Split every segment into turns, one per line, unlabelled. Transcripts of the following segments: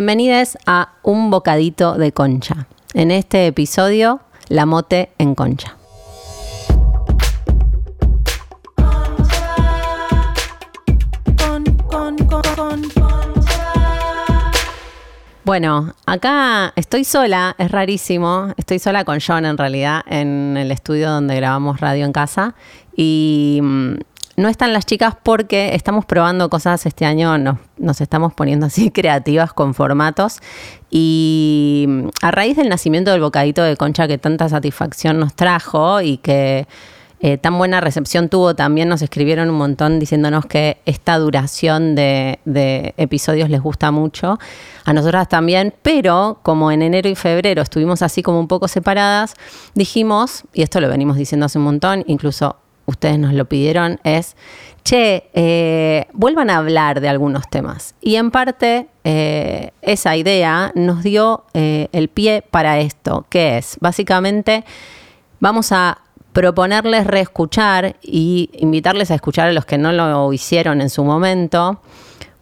Bienvenidos a Un Bocadito de Concha. En este episodio, la mote en concha. Bueno, acá estoy sola, es rarísimo. Estoy sola con John en realidad en el estudio donde grabamos radio en casa. Y mm, no están las chicas porque estamos probando cosas este año, nos, nos estamos poniendo así creativas con formatos. Y mm, a raíz del nacimiento del bocadito de concha que tanta satisfacción nos trajo y que eh, tan buena recepción tuvo, también nos escribieron un montón diciéndonos que esta duración de, de episodios les gusta mucho, a nosotras también, pero como en enero y febrero estuvimos así como un poco separadas, dijimos, y esto lo venimos diciendo hace un montón, incluso ustedes nos lo pidieron, es, che, eh, vuelvan a hablar de algunos temas. Y en parte eh, esa idea nos dio eh, el pie para esto, que es básicamente vamos a proponerles reescuchar y invitarles a escuchar a los que no lo hicieron en su momento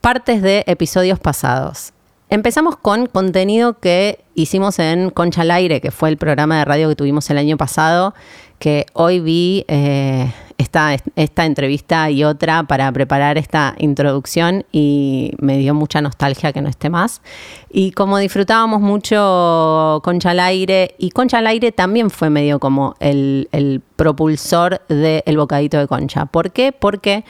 partes de episodios pasados. Empezamos con contenido que hicimos en Concha al Aire, que fue el programa de radio que tuvimos el año pasado, que hoy vi eh, esta, esta entrevista y otra para preparar esta introducción y me dio mucha nostalgia que no esté más. Y como disfrutábamos mucho Concha al Aire, y Concha al Aire también fue medio como el, el propulsor del bocadito de Concha. ¿Por qué? Porque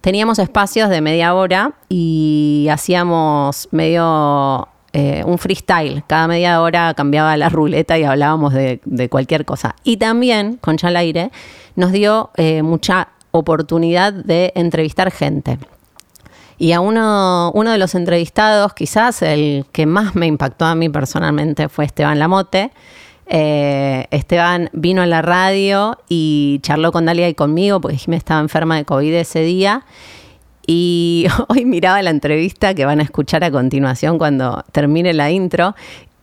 teníamos espacios de media hora y hacíamos medio eh, un freestyle. Cada media hora cambiaba la ruleta y hablábamos de, de cualquier cosa. Y también, Concha al Aire, nos dio eh, mucha oportunidad de entrevistar gente. Y a uno, uno de los entrevistados, quizás el que más me impactó a mí personalmente fue Esteban Lamote. Eh, Esteban vino a la radio y charló con Dalia y conmigo, porque Jimé estaba enferma de COVID ese día. Y hoy miraba la entrevista que van a escuchar a continuación cuando termine la intro.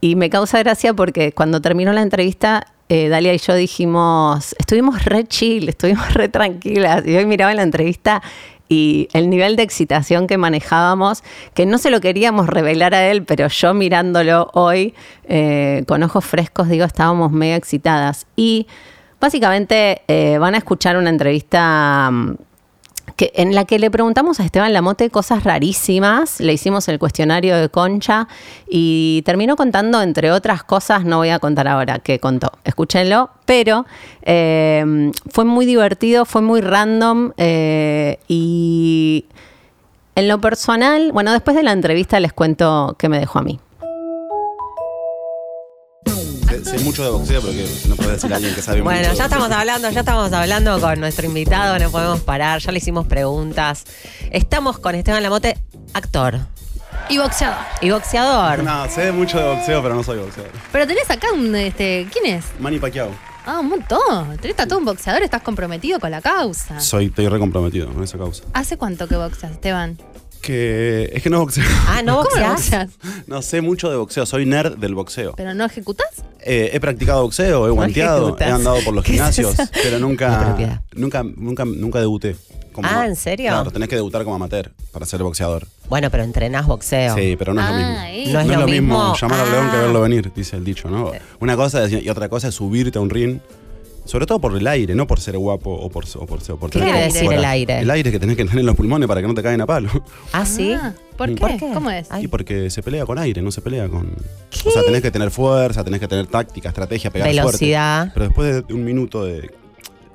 Y me causa gracia porque cuando terminó la entrevista, eh, Dalia y yo dijimos, estuvimos re chill, estuvimos re tranquilas. Y hoy miraba la entrevista y el nivel de excitación que manejábamos, que no se lo queríamos revelar a él, pero yo mirándolo hoy eh, con ojos frescos, digo, estábamos mega excitadas. Y básicamente eh, van a escuchar una entrevista mm, que, en la que le preguntamos a Esteban Lamote cosas rarísimas, le hicimos el cuestionario de Concha y terminó contando, entre otras cosas, no voy a contar ahora que contó, escúchenlo, pero eh, fue muy divertido, fue muy random eh, y en lo personal, bueno, después de la entrevista les cuento qué me dejó a mí.
Sé mucho de boxeo, pero que no puedo decir a alguien que sabe
Bueno,
mucho.
ya estamos hablando, ya estamos hablando con nuestro invitado, no podemos parar, ya le hicimos preguntas. Estamos con Esteban Lamote, actor
Y boxeador.
y boxeador.
No, sé mucho de boxeo, pero no soy boxeador.
Pero tenés acá un, este, ¿quién es?
Manny Pacquiao.
Ah, un montón. Tenés tatuado un boxeador, estás comprometido con la
Ah.
causa.
Soy, estoy re comprometido con esa causa.
¿Hace cuánto que boxeas, Esteban?
Que es que no boxeo.
Ah, ¿no
¿Cómo no
boxeás?
boxeas?
No sé mucho de boxeo, soy nerd del boxeo.
¿Pero no ejecutas?
Eh, he practicado boxeo, he guanteado, he
ejecutas.
andado por los
¿Qué es
gimnasios,
eso?
pero
La
nunca,
propiedad.
nunca, nunca, nunca debuté. como-
Ah, ¿en serio?
Claro, tenés que debutar como amateur para ser boxeador.
Bueno, pero entrenás boxeo.
Sí, pero no es lo
Ah,
mismo.
eh.
No, es lo mismo, llamar al
Ah.
león que verlo venir, dice el dicho, ¿no? Una cosa es- y otra cosa es subirte a un ring. Sobre todo por el aire, no por ser guapo o por, o por, o por
¿Qué
tener
quiere
como
decir
fuera-
el aire?
El aire que tenés que tener en los pulmones para que no te caigan a palo.
Ah, sí.
Ah, ¿por, qué? ¿Cómo es?
Ay.
Y porque se pelea con aire, no se pelea con. O sea, tenés que tener fuerza, tenés que tener táctica, estrategia, pegar
Velocidad.
fuerte. Pero después de un minuto de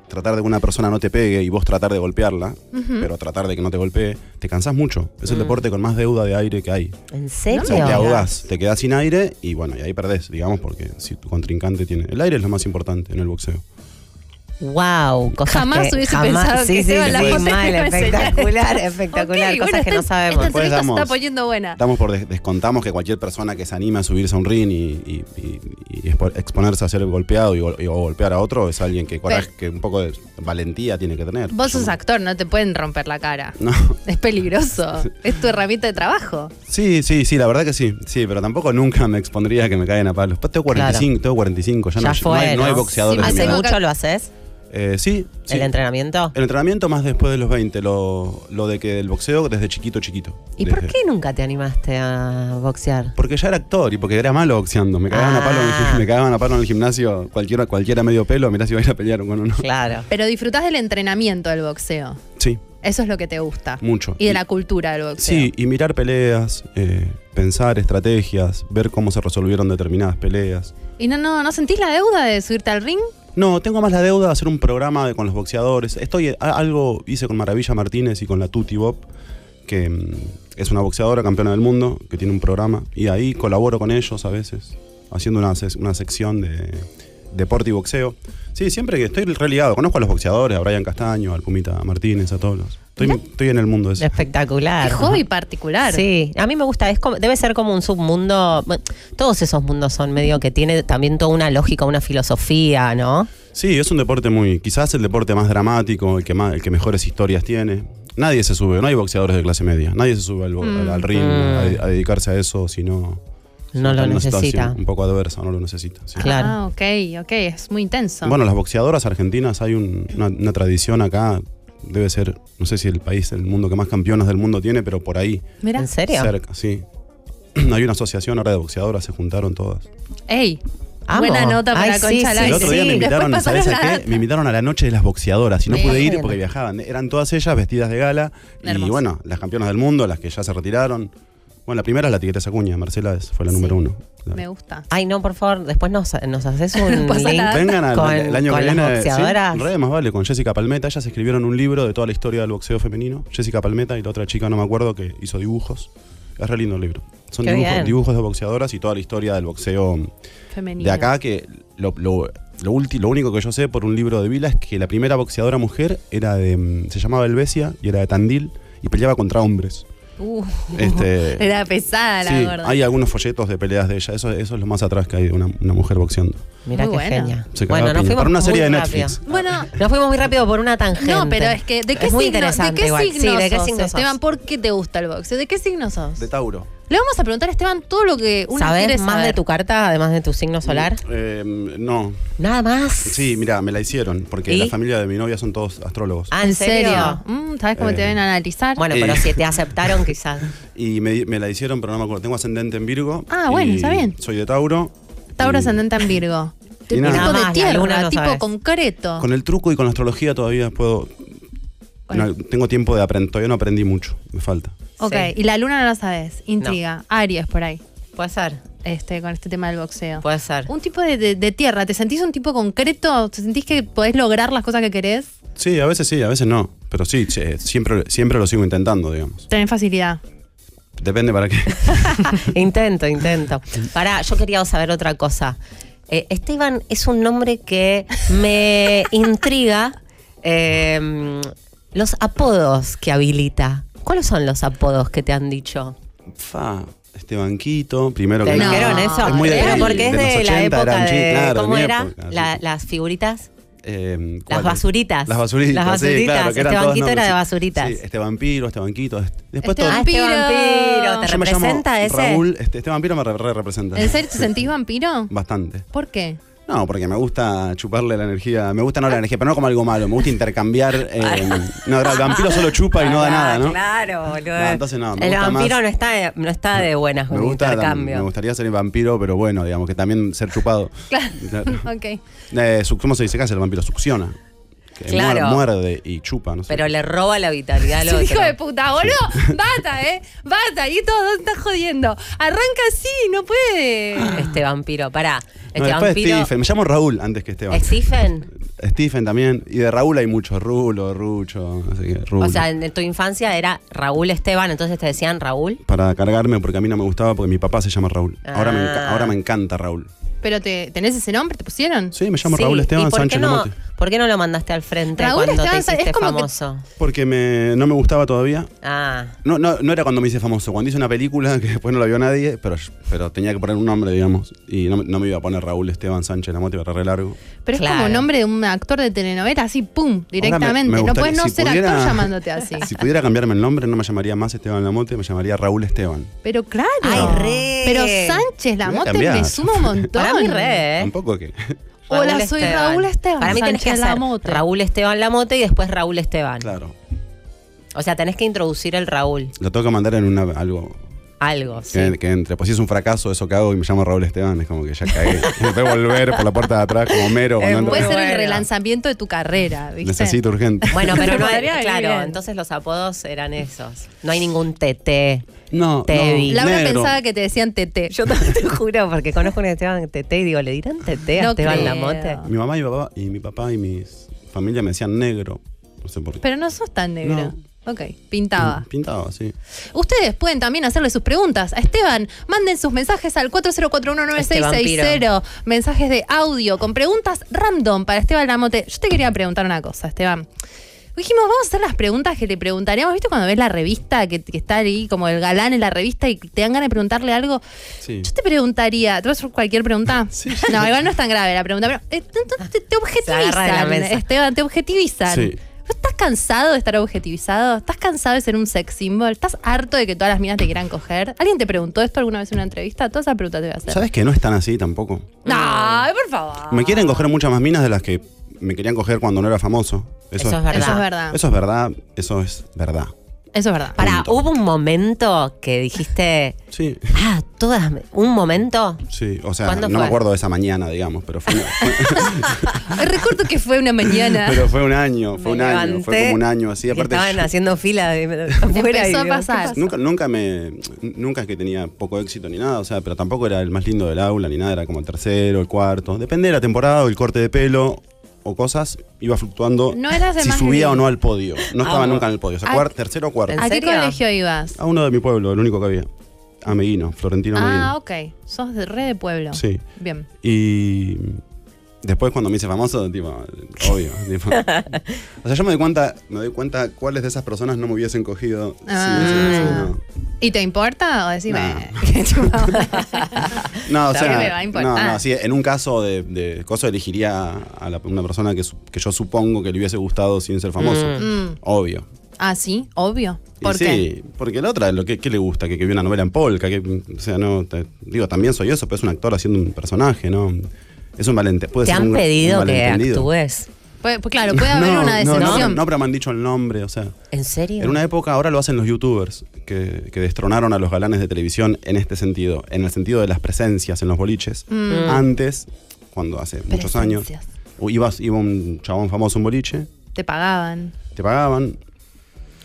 tratar de que una persona no te pegue y vos tratar de golpearla, pero tratar de que no te golpee, te cansás mucho. Es el
Mm.
deporte con más deuda de aire que hay.
¿En
O sea, te
serio?
ahogás, te quedás sin aire y bueno, y ahí perdés, digamos, porque si tu contrincante tiene. El aire es lo más importante en el boxeo.
Wow, cosas
Jamás
que
hubiese pensado
sí,
que
sí,
Esteban
muy
Lamote me
mal,
iba a enseñar.
espectacular, espectacular,
Ok,
cosas
bueno,
que no
esta-
sabemos.
Esta entrevista
Después
se está
damos-
poniendo buena.
Estamos por des- descontamos que cualquier persona que se anime a subirse a un ring y, y- y- y expo- exponerse a ser golpeado y, gol- y- o golpear a otro es alguien que, coraje- que un poco de valentía tiene que tener.
Vos
Yo
sos
no-
actor, no te pueden romper la cara.
No.
Es peligroso. es tu herramienta de trabajo.
Sí, sí, sí, la verdad que sí. Sí, pero tampoco nunca me expondría a que me caigan a palos. Pero Pues Tengo 45, tengo 45, ya,
Ya
no,
fue,
no hay, no hay
¿no?
boxeadores de mi
Sí,
¿Hace
edad.
Hacemos-
mucho lo haces?
Eh, sí, sí.
¿El entrenamiento?
El entrenamiento más después de los 20, lo, lo de que el boxeo desde chiquito, chiquito.
¿Y por
Desde-
qué nunca te animaste a boxear?
Porque ya era actor y porque era malo boxeando. Me cagaban, a, palo en el,
Ah.
gi- me cagaban a palo en el gimnasio, cualquiera, cualquiera medio pelo, mirá si va a ir a pelear con uno.
Claro.
Pero disfrutás del entrenamiento del boxeo.
Sí,
Eso es lo que te gusta.
mucho.
Y de la cultura del boxeo.
Sí, y mirar peleas, eh, pensar estrategias, ver cómo se resolvieron determinadas peleas.
¿Y no, no, no sentís la deuda de subirte al ring?
No, tengo más la deuda de hacer un programa de- con los boxeadores. Estoy a- algo hice con Maravilla Martínez y con la Tuti Bob, que mm, es una boxeadora campeona del mundo, que tiene un programa y ahí colaboro con ellos a veces haciendo una, ses- una sección de deporte y boxeo. Sí, siempre que estoy religado, conozco a los boxeadores, a Brian Castaño, al Pumita Martínez, a todos los. Estoy, estoy en el mundo ese.
Espectacular.
Qué hobby particular.
Sí, a mí me gusta, es como- debe ser como un submundo, bueno, todos esos mundos son medio que tiene también toda una lógica, una filosofía, ¿no?
Sí, es un deporte muy, quizás el deporte más dramático, el que, más, el que mejores historias tiene. Nadie se sube, no hay boxeadores de clase media, nadie se sube al, bo- al- al ring
Mm.
a, a dedicarse a eso si no... si
No lo
está en una situación
necesita.
Un poco adversa, no lo necesita. sí.
Claro.
Ah, ok, ok, es muy intenso.
Bueno, las boxeadoras argentinas, hay un- una, una tradición acá, debe ser, no sé si el país del mundo que más campeonas del mundo tiene, pero por ahí,
Mira,
¿En serio?
cerca, sí. Hay una asociación ahora de boxeadoras, se juntaron todas.
ey,
Amo.
buena nota para
Ay, sí,
Concha
sí,
al
sí.
aire.
el otro día me
Después
invitaron,
pasaron
¿sabes a
la
qué?
data.
Me invitaron a la noche de las boxeadoras y no
Me
pude ir
imagino.
porque viajaban. Eran todas ellas vestidas de gala y
Hermoso.
bueno, las campeonas del mundo, las que ya se retiraron. Bueno, la primera es la Tigresa Acuña, Marcela es- fue la número uno. La-
Me gusta.
Ay, no, por favor, después nos, nos haces un
Pasa la
link
data.
Vengan al,
con,
el año
con
que
las
viene. sí,
boxeadoras.
re, más vale, con Jessica Palmeta. Ellas escribieron un libro de toda la historia del boxeo femenino. Jessica Palmeta y la otra chica, no me acuerdo, que hizo dibujos. Es re lindo el libro. Son
Qué
dibujos,
bien.
dibujos de boxeadoras y toda la historia del boxeo
Femenino.
De acá que lo, lo, lo ulti- lo único que yo sé por un libro de Vila es que la primera boxeadora mujer era de, mm, se llamaba Elvesia y era de Tandil y peleaba contra hombres.
Uh,
Este,
era pesada la
sí,
gorda.
hay algunos folletos de peleas de ella. Eso, eso es lo más atrás que hay de una, una mujer boxeando.
Mira qué
Muy buena.
genia.
Se cagaba
Bueno, nos
piña.
fuimos
Para una serie
muy
de
rápido.
Netflix.
Bueno,
Nos fuimos muy rápido por una tangente.
no, pero es que ¿de qué,
Es muy
signo, ¿de
interesante
qué
igual.
signo
Sí, ¿de qué
sos,
signo sos?
Esteban? ¿Por qué te gusta el boxeo? ¿De qué signo sos?
De Tauro.
Le vamos a preguntar a Esteban todo lo que uno quiere
¿Sabes más
saber.
de tu carta, además de tu signo solar?
Eh, no.
Nada más.
Sí, mira, me la hicieron porque
¿Y?
la familia de mi novia son todos astrólogos.
Ah, ¿en serio?
Mm, ¿Sabes cómo te
Eh,
ven a analizar?
Bueno, pero
Eh.
si te aceptaron, quizás.
Y me, me la hicieron, pero no me acuerdo. Tengo ascendente en Virgo.
Ah, bueno,
y
está bien.
Soy de Tauro.
Tauro
Y
ascendente en Virgo.
Y
Tipo
nada
más,
de
la luna
tierra,
no
tipo
sabes.
concreto.
Con el truco y con la astrología todavía puedo
Bueno.
No, tengo tiempo de aprender, todavía no aprendí mucho, me falta.
ok,
Sí.
y la luna no la sabes. Intriga. Aries por ahí.
Puede ser,
Este, con este tema del boxeo.
puede ser.
Un tipo de, de- de tierra, ¿te sentís un tipo concreto? ¿Te sentís que podés lograr las cosas que querés?
Sí, a veces sí, a veces no. Pero sí, sí, eh, siempre, siempre lo sigo intentando, digamos.
Tenés facilidad.
Depende para qué.
Intento, intento. Pará, yo quería saber otra cosa. Eh, Esteban es un nombre que me intriga. eh, los apodos que habilita. ¿Cuáles son los apodos que te han dicho?
Fa, este banquito, primero
¿Te
que nada.
dijeron eso?
Es muy de,
Claro, porque es de,
los
la
80,
época
eran chi-
de...
claro, de
¿Cómo
mi
era?
época,
La-
sí.
las figuritas.
Eh,
Las
¿cuál?
basuritas.
Las basuritas.
Las
sí,
basuritas,
claro, que
este
eran todos
banquito era de
nombres.
basuritas.
Sí, este vampiro, este banquito. este- Después
Este
todo.
vampiro.
este vampiro. ¿Te
Yo me llamo
representa ese?
Raúl, este, este vampiro me re- re- representa.
¿En serio te sentís vampiro?
Bastante.
¿Por qué?
No, porque me gusta chuparle la energía. Me gusta no la energía, pero no como algo malo. Me gusta intercambiar. eh, no, el vampiro solo chupa y no da nada, ¿no?
Ah, Claro, boludo.
No, entonces no, me
El
gusta
vampiro
más-
no, está de, no está de buenas
Me,
con el
gusta,
intercambio.
me gustaría ser el vampiro, pero bueno, digamos que también ser chupado. Claro.
Ok.
Eh, su- ¿Cómo se dice? ¿Qué hace el vampiro? Succiona. Que
Claro.
muer- Muerde y chupa, no sé.
Pero le roba la vitalidad al
Sí,
otro.
hijo de puta, boludo. Bata, eh. Bata, y todos dos están jodiendo. Arranca así, no puede.
Este vampiro, pará.
No,
Este
después
vampiro.
Stephen. Me llamo Raúl antes que Esteban.
¿Stephen?
Stephen también. Y de Raúl hay mucho. Rulo, Rucho. Así que Rulo.
O sea, en tu infancia era Raúl Esteban, entonces te decían Raúl.
para cargarme, porque a mí no me gustaba, porque mi papá se llama Raúl. Ahora, me, enca-
Ah.
ahora me encanta Raúl.
Pero te, tenés ese nombre, te pusieron.
Sí, me llamo
Sí,
Raúl Esteban
¿y por qué
Sánchez
no,
Lamote.
¿Por qué no lo mandaste al frente
Raúl
cuando
Esteban
te
Sánchez-
hiciste
es como que-
famoso?
Porque me, no me gustaba todavía.
Ah,
No, no, no era cuando me hice famoso, cuando hice una película que después no la vio nadie, pero, pero tenía que poner un nombre, digamos. Y no, me- no me iba a poner Raúl Esteban Sánchez Lamote, era re largo.
Pero es como
Claro.
nombre de un actor de telenovela, así, pum,
Ahora me-
directamente.
me
no
gustaría-
puedes no
si
ser
pudiera-
actor llamándote así.
Si pudiera cambiarme el nombre, no me llamaría más Esteban Lamote, me llamaría Raúl Esteban.
Pero claro.
Ay, re.
Pero Sánchez
Voy a
Lamote
cambiar.
me suma un montón.
para mí re, ¿eh?
Tampoco que.
Hola, soy Raúl Esteban
Para mí tenés que
Sánchez
hacer
Lamote.
Raúl Esteban Lamote y después Raúl Esteban.
Claro.
O sea, tenés que introducir el Raúl.
Lo tengo que mandar en una, algo
Algo, sí.
que, que entre. Pues si es un fracaso eso que hago y me llamo Raúl Esteban, es como que ya cagué. Me voy a volver por la puerta de atrás como mero.
Eh,
cuando
Puede
entra-
bueno.
ser el relanzamiento de tu carrera, ¿viste?
Necesito urgente.
Bueno, pero no hay,
Podría venir
claro,
bien.
entonces los apodos eran esos. No hay ningún TT.
No,
Tevi.
Laura
negro.
pensaba que te decían TT.
Yo también te juro, porque conozco a un Esteban TT y digo, ¿le dirán TT a
No
Esteban
creo.
Lamote?
Mi mamá y mi papá y mi papá y mis familia me decían negro. No sé por qué.
Pero no sos tan negra. Ok, pintaba.
Pintaba, sí.
Ustedes pueden también hacerle sus preguntas a Esteban. Manden sus mensajes al
Este
40419660. Mensajes de audio con preguntas random para Esteban Lamote. Yo te quería preguntar una cosa, Esteban. Dijimos, vamos a hacer las preguntas que le preguntaríamos. ¿Viste cuando ves la revista que, que está ahí como el galán en la revista y te dan ganas de preguntarle algo?
Sí.
Yo te preguntaría, ¿te vas a hacer cualquier pregunta?
Sí.
No, igual no es tan grave la pregunta, pero eh, te- te, te
agarra de la
objetivizan,
mesa.
Esteban, te objetivizan.
Sí.
¿No estás cansado de estar objetivizado? ¿Estás cansado de ser un sex symbol? ¿Estás harto de que todas las minas te quieran coger? ¿Alguien te preguntó esto alguna vez en una entrevista? Todas esas preguntas te voy a hacer.
¿Sabes que no es tan así tampoco?
No, ay, por favor.
Ah.
Me quieren coger muchas más minas de las que me querían coger cuando no era famoso. Eso,
Eso es verdad.
Eso es verdad.
Eso es verdad. Eso es verdad.
Eso es verdad.
Para,
Punto.
hubo un momento que dijiste,
Sí.
ah, todas, me- un momento.
Sí, o sea,
¿Cuándo
no
fue?
me acuerdo de esa mañana, digamos, pero fue,
Ay, Recuerdo que fue una mañana.
pero fue un año, fue
Me
un año,
levanté,
fue como un año así.
que
Aparte,
estaban
yo-
haciendo fila de, afuera y
Empezó a
digo,
pasar.
¿qué pasó?
nunca, nunca me, nunca es que tenía poco éxito ni nada, o sea, pero tampoco era el más lindo del aula ni nada, era como el tercero, el cuarto, depende de la temporada o el corte de pelo o cosas, iba fluctuando
No eras el
si
más
subía
lindo.
o no al podio, no estaba
bueno.
nunca en el podio, o sea,
Ah,
cuar- tercero o cuarto,
¿en
¿A qué
serio?
colegio ibas?
a uno de mi pueblo, el único que había, a Meguino, Florentino Meguino.
Ah, ok. Sos de re de pueblo.
Sí.
Bien.
Y después cuando me hice famoso, tipo, obvio. tipo. O sea, yo me doy cuenta, me doy cuenta cuáles de esas personas no me hubiesen cogido si hubiesen
Ah.
sido.
¿Y te importa? O decime.
No, o
Claro
sea,
que me va a importar.
no, no, sí, en un caso de, de cosa elegiría a la- una persona que, su- que yo supongo que le hubiese gustado sin ser famoso.
Mm.
Obvio.
ah, sí, obvio.
Y
¿Por
sí,
qué?
porque la otra, lo que, ¿qué le gusta, que, que vio una novela en polka, que, o sea, no, te- digo, también soy eso, pero es un actor haciendo un personaje, ¿no? Es un valente. Puede
Te
ser un-
han
un
pedido que
malentendido.
actúes.
Puede- pues claro, puede haber una
no,
decepción.
No, pero me han dicho el nombre, o sea.
¿En serio?
En una época, ahora lo hacen los youtubers, que, que destronaron a los galanes de televisión en este sentido, en el sentido de las presencias en los boliches. Antes, cuando hace muchos años,
Mm. Presencias.
ibas, iba un chabón famoso a un boliche,
Te pagaban.
te pagaban.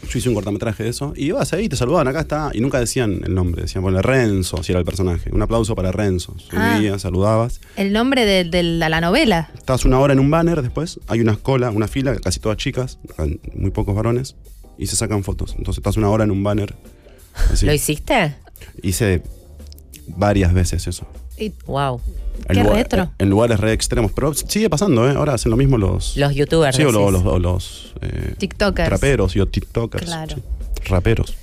Yo hice un cortometraje de eso, y ibas ahí, te saludaban, acá está, y nunca decían el nombre, decían, bueno, Renzo, si era el personaje. Un aplauso para Renzo.
Ah.
Subías, saludabas.
El nombre de, de la, la novela.
Estás una hora en un banner, después hay una cola, una fila, casi todas chicas, muy pocos varones, y se sacan fotos. Entonces estás una hora en un banner. Así.
¿Lo hiciste?
Hice varias veces eso.
Y
Wow.
En
Qué
lugar-
retro.
En lugares re extremos, pero sigue pasando, ¿eh? Ahora hacen lo mismo los...
Los youtubers.
sí, o lo-
decís.
los, o los, eh,
TikTokers.
Traperos, yo TikTokers.
Claro.
sí. Raperos.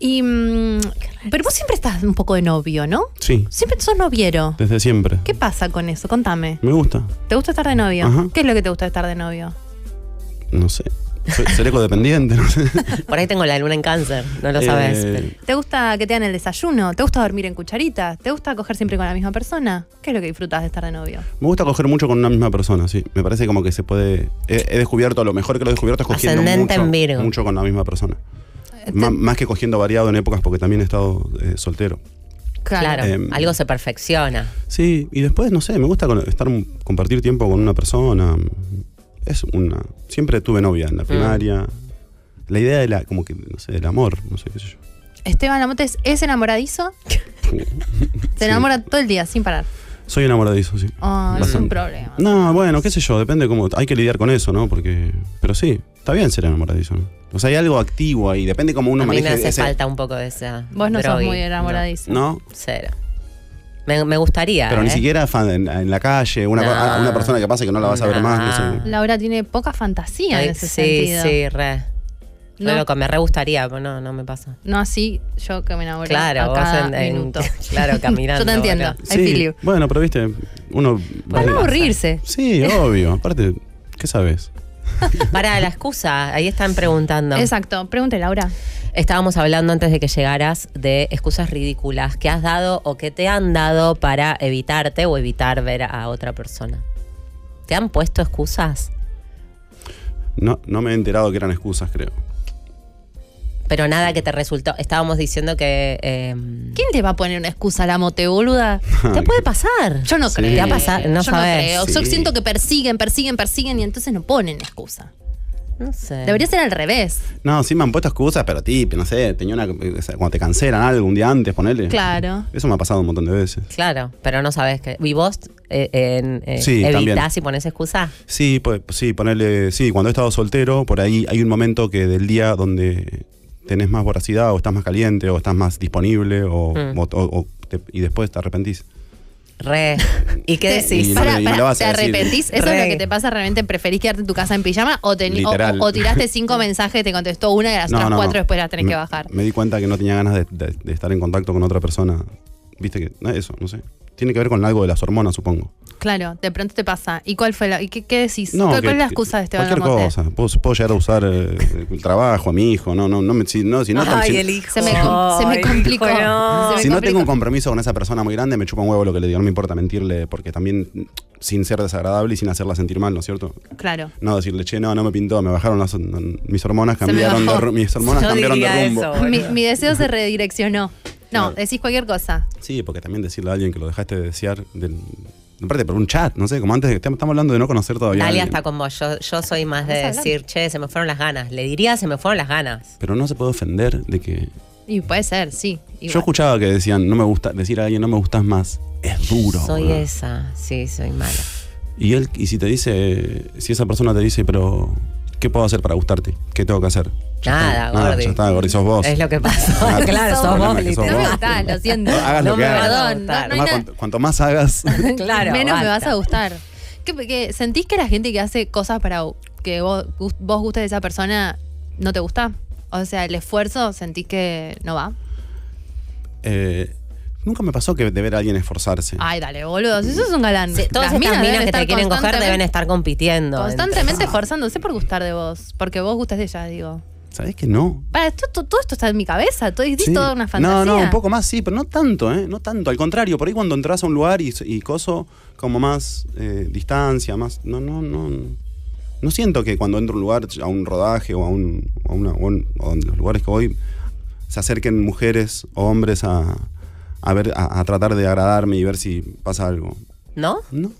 Y, mm, pero vos siempre estás un poco de novio, ¿no?
Sí,
Siempre sos noviero.
desde siempre.
¿Qué pasa con eso? Contame.
Me gusta.
¿Te gusta estar de novio?
Ajá.
¿Qué es lo que te gusta de estar de novio?
No sé. Soy, seré codependiente, no sé.
Por ahí tengo la luna en cáncer, no lo sabes.
Eh,
pero-
¿Te gusta que te dan el desayuno? ¿Te gusta dormir en cucharitas? ¿Te gusta coger siempre con la misma persona? ¿Qué es lo que disfrutas de estar de novio?
Me gusta coger mucho con una misma persona, sí. Me parece como que se puede. He, he descubierto, lo mejor que lo he descubierto es cogiendo
Ascendente
mucho,
en Virgo.
mucho con la misma persona. Ma- más que cogiendo variado en épocas, porque también he estado eh, soltero.
Claro,
Eh,
algo se perfecciona.
Sí, y después, no sé, me gusta con- estar compartir tiempo con una persona. Es una. Siempre tuve novia
Mm.
en la primaria. La idea de la, como que, no sé, del amor, no sé qué sé yo.
Esteban Lamotes es enamoradizo. Se enamora todo el día, sin parar.
Soy enamoradizo, sí.
Oh, es un
Bastante.
problema.
No, bueno, qué sé yo, depende cómo. Hay que lidiar con eso, ¿no? Porque. Pero sí, está bien ser enamoradizo, ¿no? O sea, hay algo activo ahí, depende cómo uno
a mí me
maneje
hace
ese-
falta un poco de esa.
Vos no sos
drogui.
muy enamoradizo.
No,
No, cero. Me, me gustaría.
pero ni
¿eh?
siquiera fan- en, en la calle, una,
No.
a una persona que pasa que no la vas a ver
No.
más, no sé.
Laura tiene poca fantasía
Ay,
en ese
sí,
sentido.
sí, re. No,
No.
loco, me re gustaría, pero no, no me pasa.
No así yo que me enamoré
Claro,
a
vos
cada
en- en-
minuto.
claro, caminando,
Yo te entiendo.
boludo.
I feel you.
bueno, pero viste, uno.
Para no
va-
aburrirse.
Sí, obvio. Aparte, ¿qué sabes?
Para la excusa, ahí están preguntando.
Exacto. Pregunte, Laura.
Estábamos hablando antes de que llegaras de excusas ridículas que has dado o que te han dado para evitarte o evitar ver a otra persona. ¿Te han puesto excusas?
No, no me he enterado que eran excusas, creo.
Pero nada que te resultó. Estábamos diciendo que. eh,
¿Quién te va a poner una excusa a la mote, boluda?
¿Te puede pasar?
Yo no
Sí.
creo.
Te va a
pasar, no
Yo
sabés.
creo. Yo
Sí.
siento que persiguen, persiguen, persiguen y entonces no ponen excusa.
No sé.
Debería ser al revés.
No, sí me han puesto excusas, pero tipo, no sé, tenía una. o sea, Cuando te cancelan algo un día antes, ponele.
Claro.
Eso me ha pasado un montón de veces.
Claro, pero no sabes que. ¿Y vos eh, en- eh,
Sí,
evitás
también.
y pones excusa?
Sí, pues sí, ponerle, sí, cuando he estado soltero, por ahí hay un momento que del día donde tenés más voracidad o estás más caliente o estás más disponible o, o- o- o te- y después te arrepentís.
Re. ¿Y qué
Te-
decís?
Y no
pará,
me- y me
pará,
lo vas
¿Te
a decir.
arrepentís? ¿Eso es
Re.
lo que te pasa realmente? ¿Preferís quedarte en tu casa en pijama o, te- o-
Literal.
o, o tiraste cinco mensajes, te contestó una y las otras cuatro después las tenés
Me-
que bajar?
Me di cuenta que no tenía ganas de, de- de estar en contacto con otra persona. Viste que, no, eso, no sé. Tiene que ver con algo de las hormonas, supongo.
Claro, de pronto te pasa. ¿Y cuál fue la, y qué, qué decís?
No,
¿Cuál,
que-
cuál es la
que-
excusa de este Esteban
Cualquier cosa.
Lamote?
Puedo, puedo llegar a usar eh, el trabajo, a mi hijo. No, no, no me, si, no, si no, si-
hijo.
Se me, com- se me complicó. Se me
si no
complicó.
tengo un compromiso con esa persona muy grande, me chupa un huevo lo que le digo. No me importa mentirle, porque también mm, sin ser desagradable y sin hacerla sentir mal, ¿no es cierto?
Claro.
No decirle, che, no, no me pintó, me bajaron las, mm, mis hormonas,
Se me
cambiaron de,
bajó.
ru- mis hormonas
Yo
cambiaron
diría
de rumbo.
eso. Bueno.
Mi, mi deseo se redireccionó. No,
Claro.
decís cualquier cosa.
Sí, porque también decirle a alguien que lo dejaste de desear, del, aparte por un chat, no sé, como antes, estamos estamos hablando de no conocer todavía. a
Dalia
alguien.
está con vos. Yo, yo soy más de
Estás hablando.
decir, che, se me fueron las ganas. Le diría, se me fueron las ganas.
Pero no se puede ofender de que.
Y puede ser, sí.
Yo
igual.
escuchaba que decían, no me gusta, decir a alguien no me gustas más. Es duro.
soy
boludo.
esa. Sí, soy mala.
Y él, y si te dice, si esa persona te dice, pero ¿qué puedo hacer para gustarte? ¿Qué tengo que hacer? Ya
Nada,
está, nada,
Gordi.
ya está, Gordi, sos vos.
Es lo que pasó.
Ah,
claro,
sos
sos
vos,
vos,
que sos
No me
vos.
literal.
gustás, lo siento.
Hagas
no
lo que
me
hagas.
Claro,
Perdón, no- no hay
Además,
nada-
cuanto, cuanto más hagas,
Claro,
menos me vas
basta.
a gustar. ¿Qué, qué- sentís que la gente que hace cosas para que vos, gus- vos gustes de esa persona no te gusta? O sea, el esfuerzo sentís que no va.
eh, nunca me pasó que de ver a alguien esforzarse.
Ay, dale, boludo, si sos un galán.
Sí, todas estas
Las
minas,
deben
que te
estar
quieren coger
constantemente-
deben estar compitiendo.
Constantemente esforzándose por gustar de vos, porque vos gustas de ella, digo.
¿Sabés que no?
Para, esto, to- todo esto está en mi cabeza, todo es
Sí.
toda una fantasía.
No, no, un poco más sí, pero no tanto, ¿eh? No tanto. Al contrario, por ahí cuando entras a un lugar y, y coso, como más eh, distancia, más. No, no, no. No siento que cuando entro a un lugar, a un rodaje o a un. o a una- o a un- o a los lugares que voy, se acerquen mujeres o hombres a, a ver, a, a tratar de agradarme y ver si pasa algo.
¿No?
No.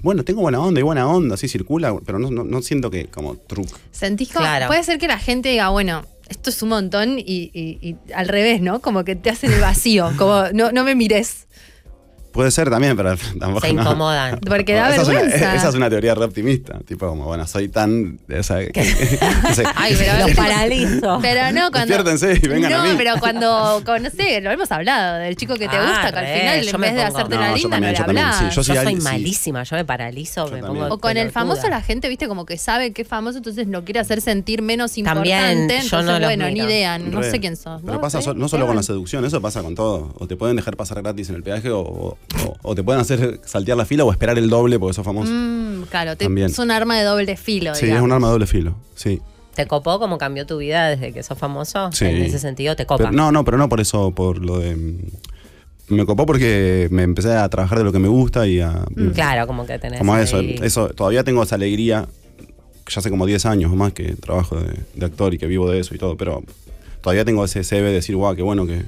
Bueno, tengo buena onda y buena onda, sí circula, pero no, no- no siento que como truc.
Sentís como.
Claro.
Puede ser que la gente diga, bueno, esto es un montón y, y- y al revés, ¿no? Como que te hacen el vacío, como no, no me mires.
Puede ser también, pero tampoco.
Se
no.
incomodan.
Porque da
esa es una-
vergüenza.
esa es una teoría re optimista. Tipo, como, bueno, soy tan. o sea, que- no sé.
Ay, pero-
Los paralizo.
Pero no, cuando.
Despiértense y vengan
no,
a mí.
pero cuando, cuando, no sé, lo hemos hablado, del chico que te
Ah,
gusta, que al
re,
final
yo
en
me
vez de
pongo-
hacerte
No,
la
yo
linda,
también,
no
yo
le
también, sí,
hablás.
yo
Yo
soy
soy
alguien- sí.
malísima, yo me paralizo,
Yo
me
también.
pongo
O con el
pelotuda.
famoso, la gente, viste, como que sabe que es famoso, entonces lo quiere hacer sentir menos importante.
También, yo
entonces,
no los
bueno, ni
miro.
idea, no
Re.
sé quién sos.
Pero
¿Vos,
pasa
eh?
so- no solo con la
Esteban?
seducción, eso pasa con todo. O te pueden dejar pasar gratis en el peaje, o, o- o- o te pueden hacer saltear la fila o esperar el doble porque sos famoso.
Mm, claro, te-
También.
es un arma de doble filo.
sí, es
digamos.
un arma de doble filo. Sí.
¿Te copó cómo cambió tu vida desde que sos famoso?
Sí.
En ese sentido, te copa.
Pero- no, no, pero no por eso, por lo de. mm, Me copó porque me empecé a trabajar de lo que me gusta y a.
Mm.
Claro, como que tenés.
Como eso,
ahí-
eso, todavía tengo esa alegría, ya hace como 10 años o más que trabajo de, de actor y que vivo de eso y todo, pero todavía tengo ese CB de decir, guau, qué bueno que...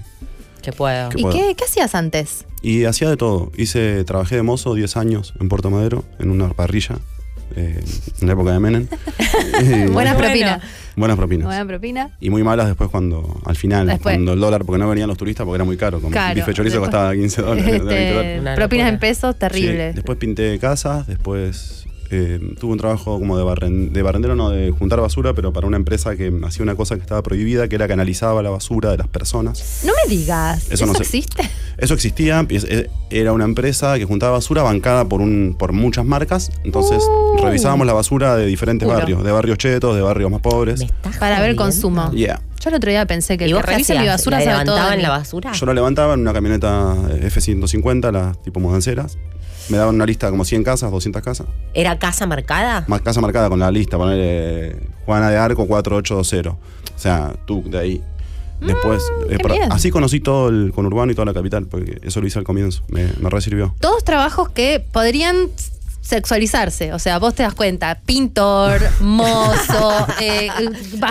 Que puedo.
que
¿Y
puedo".
qué, qué hacías antes?
Y hacía de todo, hice, trabajé de mozo 10 años en Puerto Madero, en una parrilla, eh, en la época de Menem. Eh,
Buenas
Bueno.
propinas.
buenas propinas.
Buena propina.
Y muy malas después cuando, al final,
Después.
cuando el dólar, porque no venían los turistas porque era muy caro, como
Claro.
el bife chorizo
Después-
costaba 15 dólares.
Este,
20 dólares.
Una
propinas
locura.
en pesos, terrible.
Sí, Después pinté casas, después eh, tuve un trabajo como de, barren- de barrendero, no, de juntar basura, pero para una empresa que hacía una cosa que estaba prohibida, que era que analizaba la basura de las personas.
No me digas, eso,
Eso no sé.
existe.
Eso existía, y es- e- era una empresa que juntaba basura bancada por, un, por muchas marcas, entonces
Uh.
revisábamos la basura de diferentes
Juro.
barrios, de barrios chetos, de barrios más pobres.
Me estás
Para ver el
jodiendo.
consumo.
Yeah.
Yo el otro día pensé que
¿Y
el
vos
que
qué
revisa mi
hacías?
basura
¿La
sabe todo. de
levantaban
mí.
la basura?
Yo lo levantaba en una camioneta eh, F-150, las tipo mudanceras. Me daban una lista de como 100 casas, 200 casas.
¿Era casa marcada?
Más casa marcada con la lista, poner Juana de Arco 4820. O sea, tú de ahí. Después,
Mm,
qué
pero
bien.
así conocí todo el conurbano y toda la capital, porque eso lo hice al comienzo, me, me re sirvió.
Todos trabajos que podrían sexualizarse. O sea, vos te das cuenta, pintor, mozo, eh, basurero,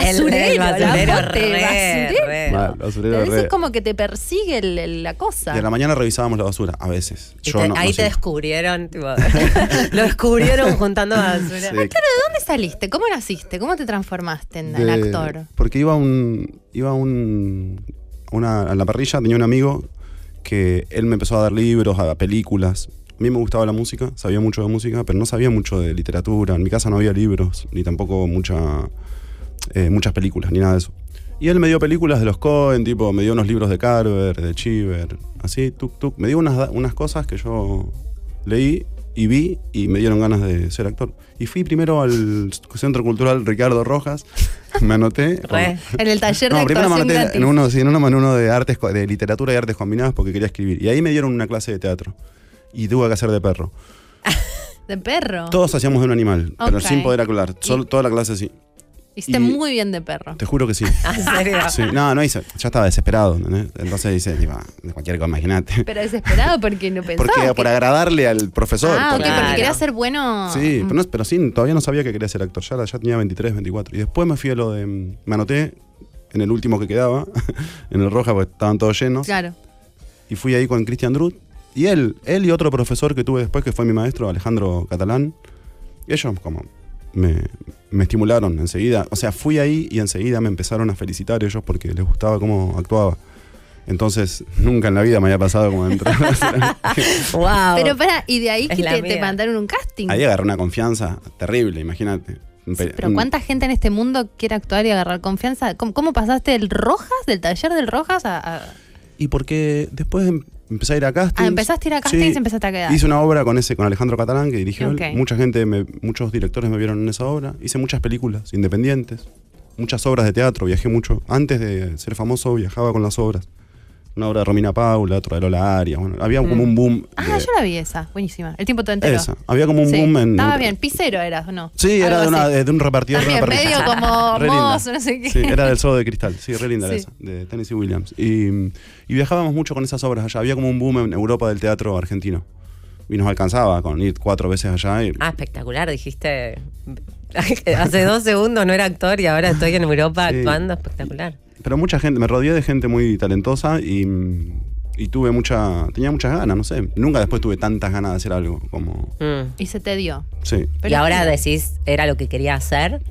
El- el basurero,
la bote,
re,
basurero.
re.
Mal, basurero,
A veces
re.
es como que te persigue el- el- la cosa.
Y a la mañana revisábamos la basura, a veces.
Y
Yo
te-
no- no
ahí te
sé.
descubrieron, tipo, lo descubrieron juntando basura.
Sí,
Claro, ¿de dónde saliste? ¿Cómo naciste? ¿Cómo te transformaste en, en
de-
actor?
Porque iba un. Iba un. Una, a la parrilla, tenía un amigo que él me empezó a dar libros, a películas. A mí me gustaba la música, sabía mucho de música, pero no sabía mucho de literatura. En mi casa no había libros, ni tampoco mucha, eh, muchas películas, ni nada de eso. Y él me dio películas de los Cohen, tipo, me dio unos libros de Carver, de Chiver, así, tuk tuk. Me dio unas, da- unas cosas que yo leí y vi y me dieron ganas de ser actor. Y fui primero al Centro Cultural Ricardo Rojas, me anoté.
Re.
En el taller de
No, primero me
actuación
anoté
gratis.
en uno, sí, en uno, en uno de artes co- de literatura y artes combinadas porque quería escribir. Y ahí me dieron una clase de teatro. Y tuve que hacer de perro.
De perro.
Todos hacíamos de un animal, pero
Ok.
sin poder hablar. Solo- toda la clase sí.
Hiciste
y-
muy bien de perro.
Te juro que sí.
Ah, ¿En serio?
Sí, no, no hice. Ya estaba desesperado. ¿entendés? Entonces dice, tipo, ah, cualquier cosa, imagínate.
Pero desesperado porque no pensaba.
Porque
que-
por agradarle al profesor.
Ah, ok,
porque-
porque
Claro.
quería ser bueno. Mm,
Sí, pero, no, pero sí, todavía no sabía que quería ser actor. Ya, era- ya tenía 23, 24. Y después me fui a lo de. mm, Me anoté en el último que quedaba, en el Roja, porque estaban todos llenos.
Claro.
Y fui ahí con Cristian Drut. Y él, él y otro profesor que tuve después, que fue mi maestro, Alejandro Catalán. Y ellos, como. Me, me estimularon enseguida. O sea, fui ahí y enseguida me empezaron a felicitar ellos porque les gustaba cómo actuaba. Entonces, nunca en la vida me había pasado como entrar.
Wow.
Pero para, y de ahí
Es
que
la
te, te
mía.
mandaron un casting.
Ahí agarré una confianza terrible, imagínate. Un
Sí,
pe-
pero
un-
¿cuánta gente en este mundo quiere actuar y agarrar confianza? ¿Cómo, cómo pasaste del Rojas, del taller del Rojas a... a-
Y porque después em- empecé a ir a castings.
Ah, empezaste a ir a castings y empezaste a quedar.
Hice una obra con ese, con Alejandro Catalán, que dirigió. él.
Ok.
Mucha gente, me- muchos directores me vieron en esa obra. Hice muchas películas independientes, muchas obras de teatro, viajé mucho. Antes de ser famoso, viajaba con las obras. Una obra de Romina Paula, otra de Lola Arias. Bueno, había como un boom.
Ah,
de-
yo la vi esa, buenísima. El tiempo todo entero.
Esa. Había como un
Sí,
boom en.
Estaba bien, pisero eras, ¿o no?
Sí, era
Algo
de, una-
así.
de un repartidor de una
También,
perrita.
medio como
Re linda.
mozo, no sé qué.
Sí, era del Zoo de Cristal, sí, re linda era
Sí.
esa, de Tennessee Williams. Y, y viajábamos mucho con esas obras allá. Había como un boom en Europa del teatro argentino. Y nos alcanzaba con ir cuatro veces allá. Y,
Ah, espectacular, dijiste. Hace dos segundos no era actor y ahora estoy en Europa
Sí.
actuando, espectacular.
Pero mucha gente, me rodeé de gente muy talentosa y, y tuve mucha, tenía muchas ganas, no sé. Nunca después tuve tantas ganas de hacer algo como...
Mm.
Y se te dio.
Sí.
Pero
y ahora
sí.
decís, ¿era lo que quería hacer?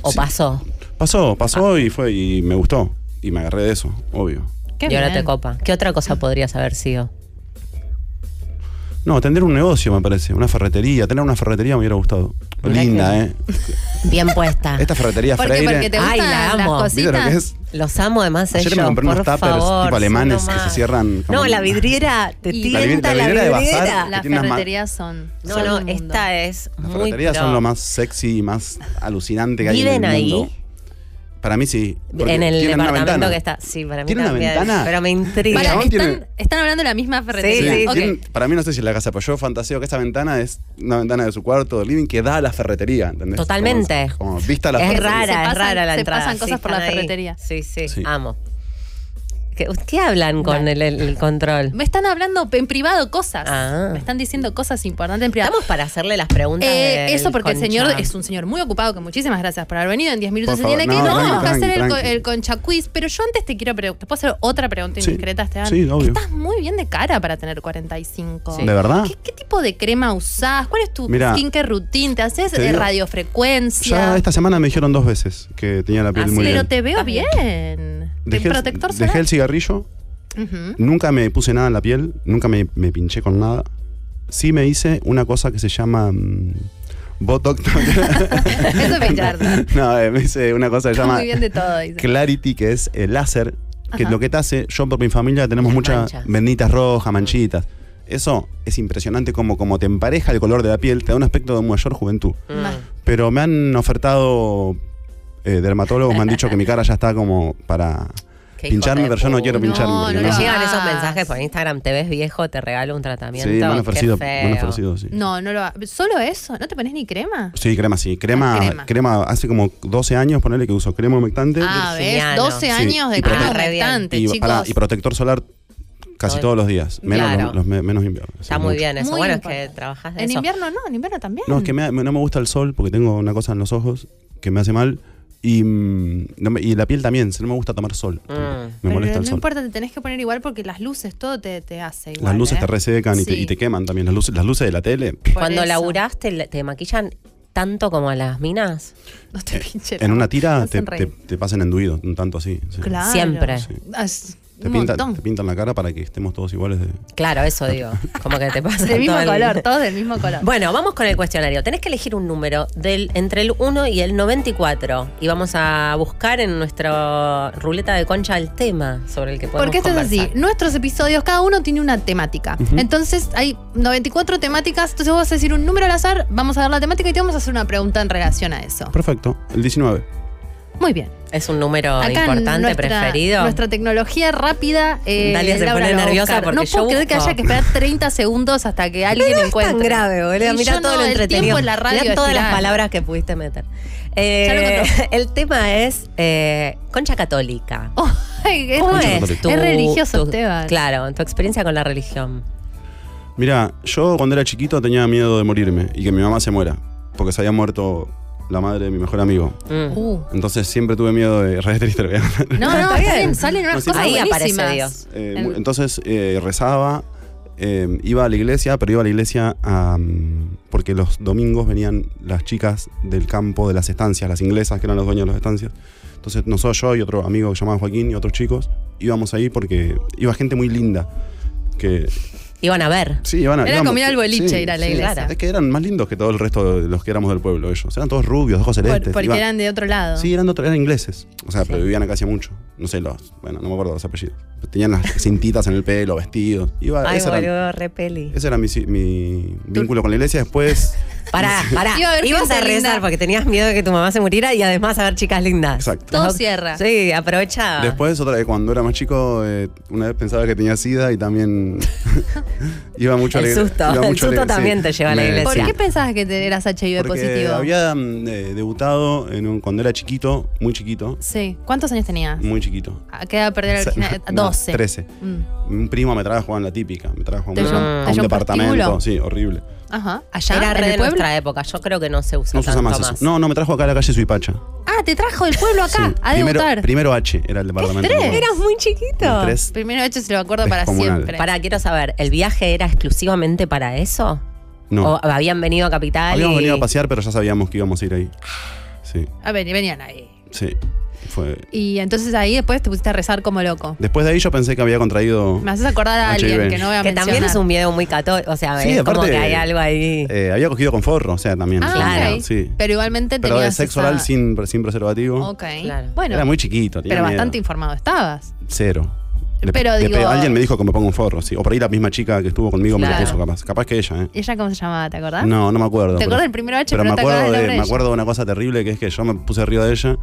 ¿O
Sí.
pasó?
Pasó, pasó y fue y me gustó. Y me agarré de eso, obvio.
Qué
y ahora
bien.
te copa. ¿Qué otra cosa podrías haber sido?
No, tener un negocio me parece, una ferretería. Tener una ferretería me hubiera gustado.
Mirá
Linda,
que-
¿eh?
Bien Ah. puesta.
Esta ferretería
¿Por qué?
Freire.
Porque te
Ay,
gustan
la
las
amo.
¿Viste
cositas.
lo que es?
Los amo además
Ayer me
ellos,
compré unos
por
tuppers,
favor,
tipo alemanes,
son lo
que se
más.
cierran como-
No, la vidriera, te
Y-
La vidri-
tienta
la
la
vidriera de
vidriera.
bazar.
Las
que tiene unas ma-
ferreterías son.
No,
son
no,
el mundo.
esta es
Las
muy
ferreterías
pro.
son lo más sexy y más alucinante que hay
¿Viven
en el
ahí?
mundo. Para mí sí. porque
En el
tienen una
departamento
ventana.
que está. Sí, para mí
¿Tiene una
también,
ventana?
Pero me intriga.
Sí,
Para,
Pará,
están,
chabón tiene-
están hablando de la misma ferretería.
Sí,
Ok.
tienen- para mí no sé si es la casa, pero yo fantaseo que esa ventana es una ventana de su cuarto de living que da a la ferretería, ¿entendés?
Totalmente.
Como, como vista a la
es
ferretería.
rara,
se pasan-
es rara la
se
entrada.
pasan cosas por
están
la
ahí.
ferretería.
Sí, sí,
Sí.
amo. ¿Qué, qué hablan con el, el control?
Me están hablando en privado cosas.
Ah.
Me están diciendo cosas importantes en privado.
Estamos para hacerle las preguntas.
Eh,
del
eso porque el
concha.
señor es un señor muy ocupado, que muchísimas gracias por haber venido. En 10 minutos
Por
se
favor,
tiene que ir.
no,
Tenemos
tranqui,
que hacer el,
tranqui,
co-
tranqui.
el concha quiz, pero yo antes te quiero preguntar. ¿Te puedo hacer otra pregunta
Sí.
indiscreta, Esteban?
Sí, obvio.
Estás muy bien de cara para tener 45.
¿De verdad?
¿Qué, qué tipo de crema usás? ¿Cuál es tu
Mirá,
skincare routine? ¿Te haces
te
eh,
digo,
radiofrecuencia?
Ya esta semana me dijeron dos veces que tenía la piel
Así
muy
pero
bien.
te veo
Estás bien.
bien.
Dejé
¿De
el-
protector
Dejé
solar?
el cigarrillo,
Ujú.
Nunca me puse nada en la piel, nunca me, me pinché con nada. Sí me hice una cosa que se llama mm, Botox.
Eso es pincharse.
no, eh, me hice una cosa que se
Estás
llama
muy bien de todo, dice.
Clarity, que es el láser, que
Ajá.
lo que te hace, yo por mi familia tenemos
Las
muchas
manchas.
venditas rojas, manchitas. Eso es impresionante como, como te empareja el color de la piel, te da un aspecto de mayor juventud.
Mm.
Pero me han ofertado eh, dermatólogos, me han dicho que mi cara ya está como para
Qué hijo
pincharme,
de
pero yo no
puta.
quiero
No,
pincharme.
no
porque
le
Me
No.
llegan esos
Ah.
mensajes por Instagram, te ves viejo, te regalo un
Sí,
tratamiento.
me han
Qué
ofrecido, me han
feo.
ofrecido, sí.
No, no lo ha- ¿Solo eso? ¿No te pones ni crema?
Sí, crema, sí. Crema,
Ah, crema.
crema. hace como 12 años, ponele que uso crema humectante
Ah, ves,
Virginiano.
12
Sí,
años
y
de crema
protector-
humectante,
y,
chicos.
pará, y protector solar Casi
todo-
todos los días, menos
Claro.
los, los me- menos invierno.
Está
Sí,
muy
mucho.
bien eso.
Muy
bueno, es
importante.
que trabajas de
En
eso.
invierno no, en invierno también.
No, es que me- me- no me gusta el sol porque tengo una cosa en los ojos que me hace mal y, mm, no me- y la piel también, no me gusta tomar sol. Me
Pero
molesta
no
el sol.
importa, te tenés que poner igual porque las luces, todo te, te hace igual.
Las luces
¿eh?
te resecan y, te,
Sí.
y te queman también. Las luces, las luces de la tele.
Por
Cuando
eso.
laburás, te, te maquillan tanto como a las minas.
No te pinche la
eh, En una
boca,
tira
no
te, te,
sonreí.
te pasan enduido, un tanto así. sí.
Claro.
Siempre.
Sí.
As-
Te,
un
pintan-
montón.
te pintan la cara para que estemos todos iguales. De...
Claro, eso digo. Como que te pasa.
Del mismo
todo el-
color, todos del mismo color.
Bueno, vamos con el cuestionario. Tenés que elegir un número del, entre el 1 y el 94 y vamos a buscar en nuestra ruleta de concha el tema sobre el que podemos
Porque esto es así,
conversar.
nuestros episodios, cada uno tiene una temática. Entonces hay 94 temáticas, entonces vos vas a decir un número al azar, vamos a dar la temática y te vamos a hacer una pregunta en relación a eso.
Perfecto. El 19.
Muy bien.
Es un número
Acá
importante,
nuestra,
preferido.
Nuestra tecnología rápida. Eh,
Dalia se
Laura
pone
lo va a
nerviosa
buscar.
porque
No
yo
puedo creer que
busco.
haya que esperar 30 segundos hasta que alguien encuentre.
grave, boludo.
Y
Mirá
yo
todo
no,
lo
el
entretenido.
tiempo en la radio
Mirá
es
todas las
tirano.
palabras que pudiste meter. Eh,
Ya lo contó.
el tema es eh, concha católica.
Oh, es,
¿Cómo
re-
es?
es religioso, Esteban.
Claro, tu experiencia con la religión.
Mira, yo cuando era chiquito tenía miedo de morirme y que mi mamá se muera. Porque se había muerto la madre de mi mejor amigo.
Mm.
Uh.
Entonces siempre tuve miedo de re triste, lo voy a poner.
No,
Está
no,
bien.
salen, salen unas
No, sí,
cosas
Ahí aparece
buenísimas.
Dios.
Eh,
El-
mu- Entonces eh, rezaba, eh, iba a la iglesia, pero iba a la iglesia a, mm, porque los domingos venían las chicas del campo, de las estancias, las inglesas que eran los dueños de las estancias. Entonces nosotros, yo y otro amigo que llamaba Joaquín y otros chicos, íbamos ahí porque iba gente muy linda. Que,
Iban a ver.
sí, iban a,
Era
íbamos-
como ir al boliche,
sí,
ir a la
sí.
iglesia.
Es que eran más lindos que todo el resto de los que éramos del pueblo ellos. Eran todos rubios, ojos
Por-
celestes.
porque
iban-
eran de otro lado.
Sí, eran, de otro- eran ingleses. O sea, pero vivían acá hacía mucho. No sé, los. Bueno, no me acuerdo los apellidos. Pero Tenían las cintitas en el pelo, vestidos. Iba,
Ay,
ese, era,
boludo, repeli.
ese era mi, si- mi vínculo con la iglesia. Después.
Pará, pará.
Iba a haber
Ibas
gente
a rezar
linda.
porque tenías miedo de que tu mamá se muriera y además a ver chicas lindas.
Exacto.
Todo cierra.
Sí, aprovechaba.
Después, otra vez, cuando era más chico, eh, una vez pensaba que tenía sida y también. iba mucho
El
a la iglesia.
susto.
Iba
El
mucho a la
susto
iglesia,
también te lleva a la iglesia.
¿Por
Sí.
qué pensabas que te- eras HIV
Porque
positivo?
había mm, eh, debutado en un- cuando era chiquito, muy chiquito,
Sí. ¿Cuántos años tenías?
muy chiquito.
¿A ¿Qué edad perder
Se-
la virginidad?
Mm. no,
12.
13.
Mm.
Un primo me trajo a jugar en la típica, me trajo a un,
¿Te llevó-
a
te
un
llevó un prostíbulo?
departamento, sí, horrible.
Ajá. ¿Allá?
Era
¿En
re
el
de
pueblo?
nuestra época. Yo creo que no se usa
No se usa
tanto
más, eso. No, no, me trajo acá a la calle Suipacha.
Ah, te trajo del pueblo acá,
Sí,
a
primero,
debutar.
Primero H era el departamento.
tres?
me acuerdo.
Eras muy chiquito.
El tres.
Primero hecho se lo acuerdo para
Descomunal.
siempre.
Pará, quiero saber, ¿el viaje era exclusivamente para eso?
No.
¿O habían venido a Capital?
Habíamos
y-
venido a pasear, pero ya sabíamos que íbamos a ir ahí. Sí,
A ver, y Ah, venían ahí.
sí. Fue.
Y entonces ahí después te pusiste a rezar como loco.
Después de ahí yo pensé que había contraído.
Me haces acordar a alguien
HIV.
que no voy a
Que
mencionar.
también es un miedo muy católico. O sea,
Sí,
es como
aparte,
que hay algo ahí.
eh, había cogido con forro, o sea, también.
Ah,
fue un-
claro.
Sí.
Pero igualmente
Pero de
tenías
sexo
esa-
oral sin, sin preservativo.
Ok.
Claro.
Bueno,
era muy chiquito, tenía
pero
miedo.
bastante informado estabas.
Cero. Le-
Pero
le
digo-
pe- alguien me dijo que me ponga un forro, sí. O por ahí la misma chica que estuvo conmigo me
Claro.
lo puso, capaz. Capaz que ella, ¿eh?
¿Ella cómo se llamaba? ¿Te acordás?
No, no me acuerdo.
¿Te
pero-
acuerdas del primero H,
Pero
pero
me
no te acordás
acuerdo,
del
de,
nombre
me
de
acuerdo de una cosa terrible que es que yo me puse arriba de ella,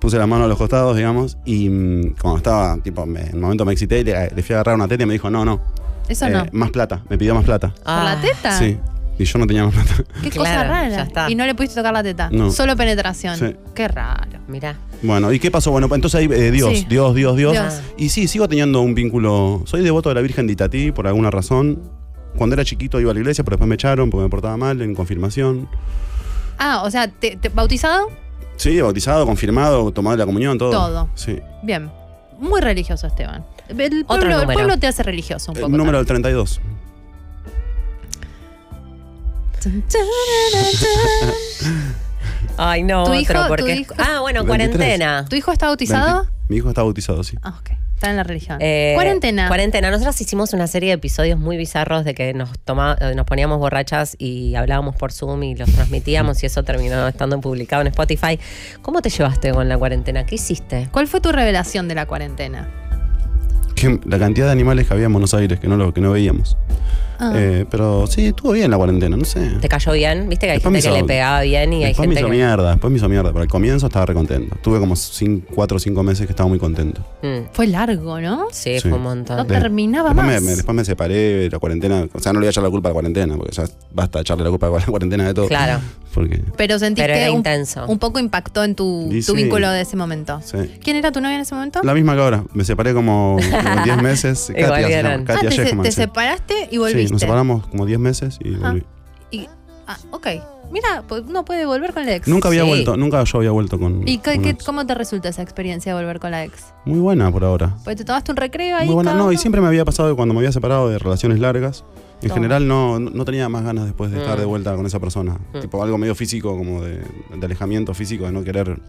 puse la mano a los costados, digamos, y mm, cuando estaba, tipo, me- en un momento me excité y le, le fui a agarrar una teta y me dijo, no, no.
Eso
eh,
no.
Más plata, me pidió más plata.
¿Por
Ah,
la teta?
Sí. Y yo no tenía más plata.
Qué cosa
Claro,
rara.
ya está.
Y no le pudiste tocar la teta.
No.
Solo penetración.
Sí.
Qué raro.
Mirá.
Bueno, ¿y qué pasó? Bueno, entonces ahí, eh, Dios,
Sí.
Dios, Dios, Dios,
Dios.
Y sí, sigo teniendo un vínculo. Soy devoto de la Virgen de Itatí por alguna razón. Cuando era chiquito iba a la iglesia, pero después me echaron porque me portaba mal en confirmación.
Ah, o sea, te, te- ¿bautizado?
Sí, bautizado, confirmado, tomado la comunión, todo.
Todo.
Sí.
Bien. Muy religioso, Esteban. El
Otro
pueblo, el
número.
pueblo te hace religioso un
El
poco.
Eh, número del 32.
también.
Ay, no,
¿Tu
otro,
hijo-
porque
tu
es-
hijo?
Ah, bueno,
23.
cuarentena.
¿Tu hijo está bautizado?
Veinti- Mi hijo está bautizado, sí.
Ah, ok. Está en la religión.
Eh,
Cuarentena.
Cuarentena. Nosotras hicimos una serie de episodios muy bizarros de que nos toma, eh, nos poníamos borrachas y hablábamos por Zoom y los transmitíamos y eso terminó estando publicado en Spotify. ¿Cómo te llevaste con la cuarentena? ¿Qué hiciste?
¿Cuál fue tu revelación de la cuarentena?
Que la cantidad de animales que había en Buenos Aires que no, lo, que no veíamos.
Ah.
Eh, pero sí, estuvo bien la cuarentena, no sé.
¿Te cayó bien? ¿Viste que hay
Después me
gente que
hizo-
le pegaba bien y hay
después me
gente
hizo
que.
mierda, después me hizo mierda, pero al comienzo estaba re contento. Tuve como 4 o 5 meses que estaba muy contento.
Mm,
Fue largo, ¿no?
sí,
Sí.
fue un
No
montón.
De-
terminaba
después me-
más.
me- después me separé, la cuarentena, o sea, no le voy a echar la culpa a la cuarentena, porque ya basta de echarle la culpa a la cuarentena de todo.
Claro.
Porque,
Pero sentiste
Pero era
un,
intenso.
un poco impactó en tu,
Y
tu
sí.
vínculo de ese momento.
sí.
¿Quién era tu novia en ese momento?
La misma que ahora, me separé como 10 meses.
Y
Katia, se
volvieron.
llama,
Ah,
Katia
te, se-
Yesman,
te
sí.
separaste y
Sí,
volviste.
nos separamos como 10 meses y
Ajá.
volví.
Y- ah, ok. Mira, pues uno puede volver con la ex.
Nunca había
Sí.
vuelto, nunca yo había vuelto con.
¿Y qué-
con
qué-
ex.
cómo te resulta esa experiencia de volver con la ex?
Muy buena por ahora.
Pues te tomaste un recreo ahí.
Muy buena.
cada
No, y
uno?
siempre me había pasado que cuando me había separado de relaciones largas, en
Toma.
general no, no tenía más ganas después de estar
Mm.
de vuelta con esa persona.
Mm.
Tipo algo medio físico, como de, de alejamiento físico, de no querer
Mm.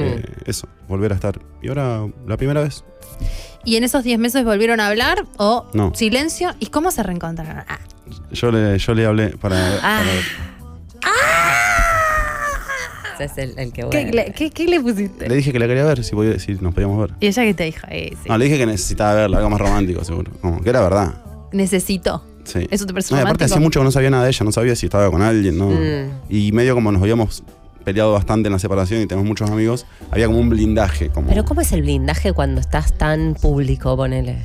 eh, eso, volver a estar. Y ahora, la primera vez,
¿Y en esos 10 meses volvieron a hablar o
No.
silencio? ¿Y cómo se reencontraron? Ah,
yo le, yo le hablé para.
Ese es el, el que
¿qué,
bueno.
le, qué- qué le
para-
pusiste?
le dije que la quería ver, si, podía- si nos podíamos ver.
y ella que te dijo, eh, sí.
No, le dije que necesitaba verla, algo más romántico, seguro. Como, que era verdad.
necesito.
Sí.
¿Eso te parece
No, y aparte
romántico?
hacía mucho que no sabía nada de ella, no sabía si estaba con alguien, ¿no?
Mm.
Y medio como nos habíamos peleado bastante en la separación y tenemos muchos amigos, había como un blindaje. Como,
Pero ¿cómo es el blindaje cuando estás tan público, ponele?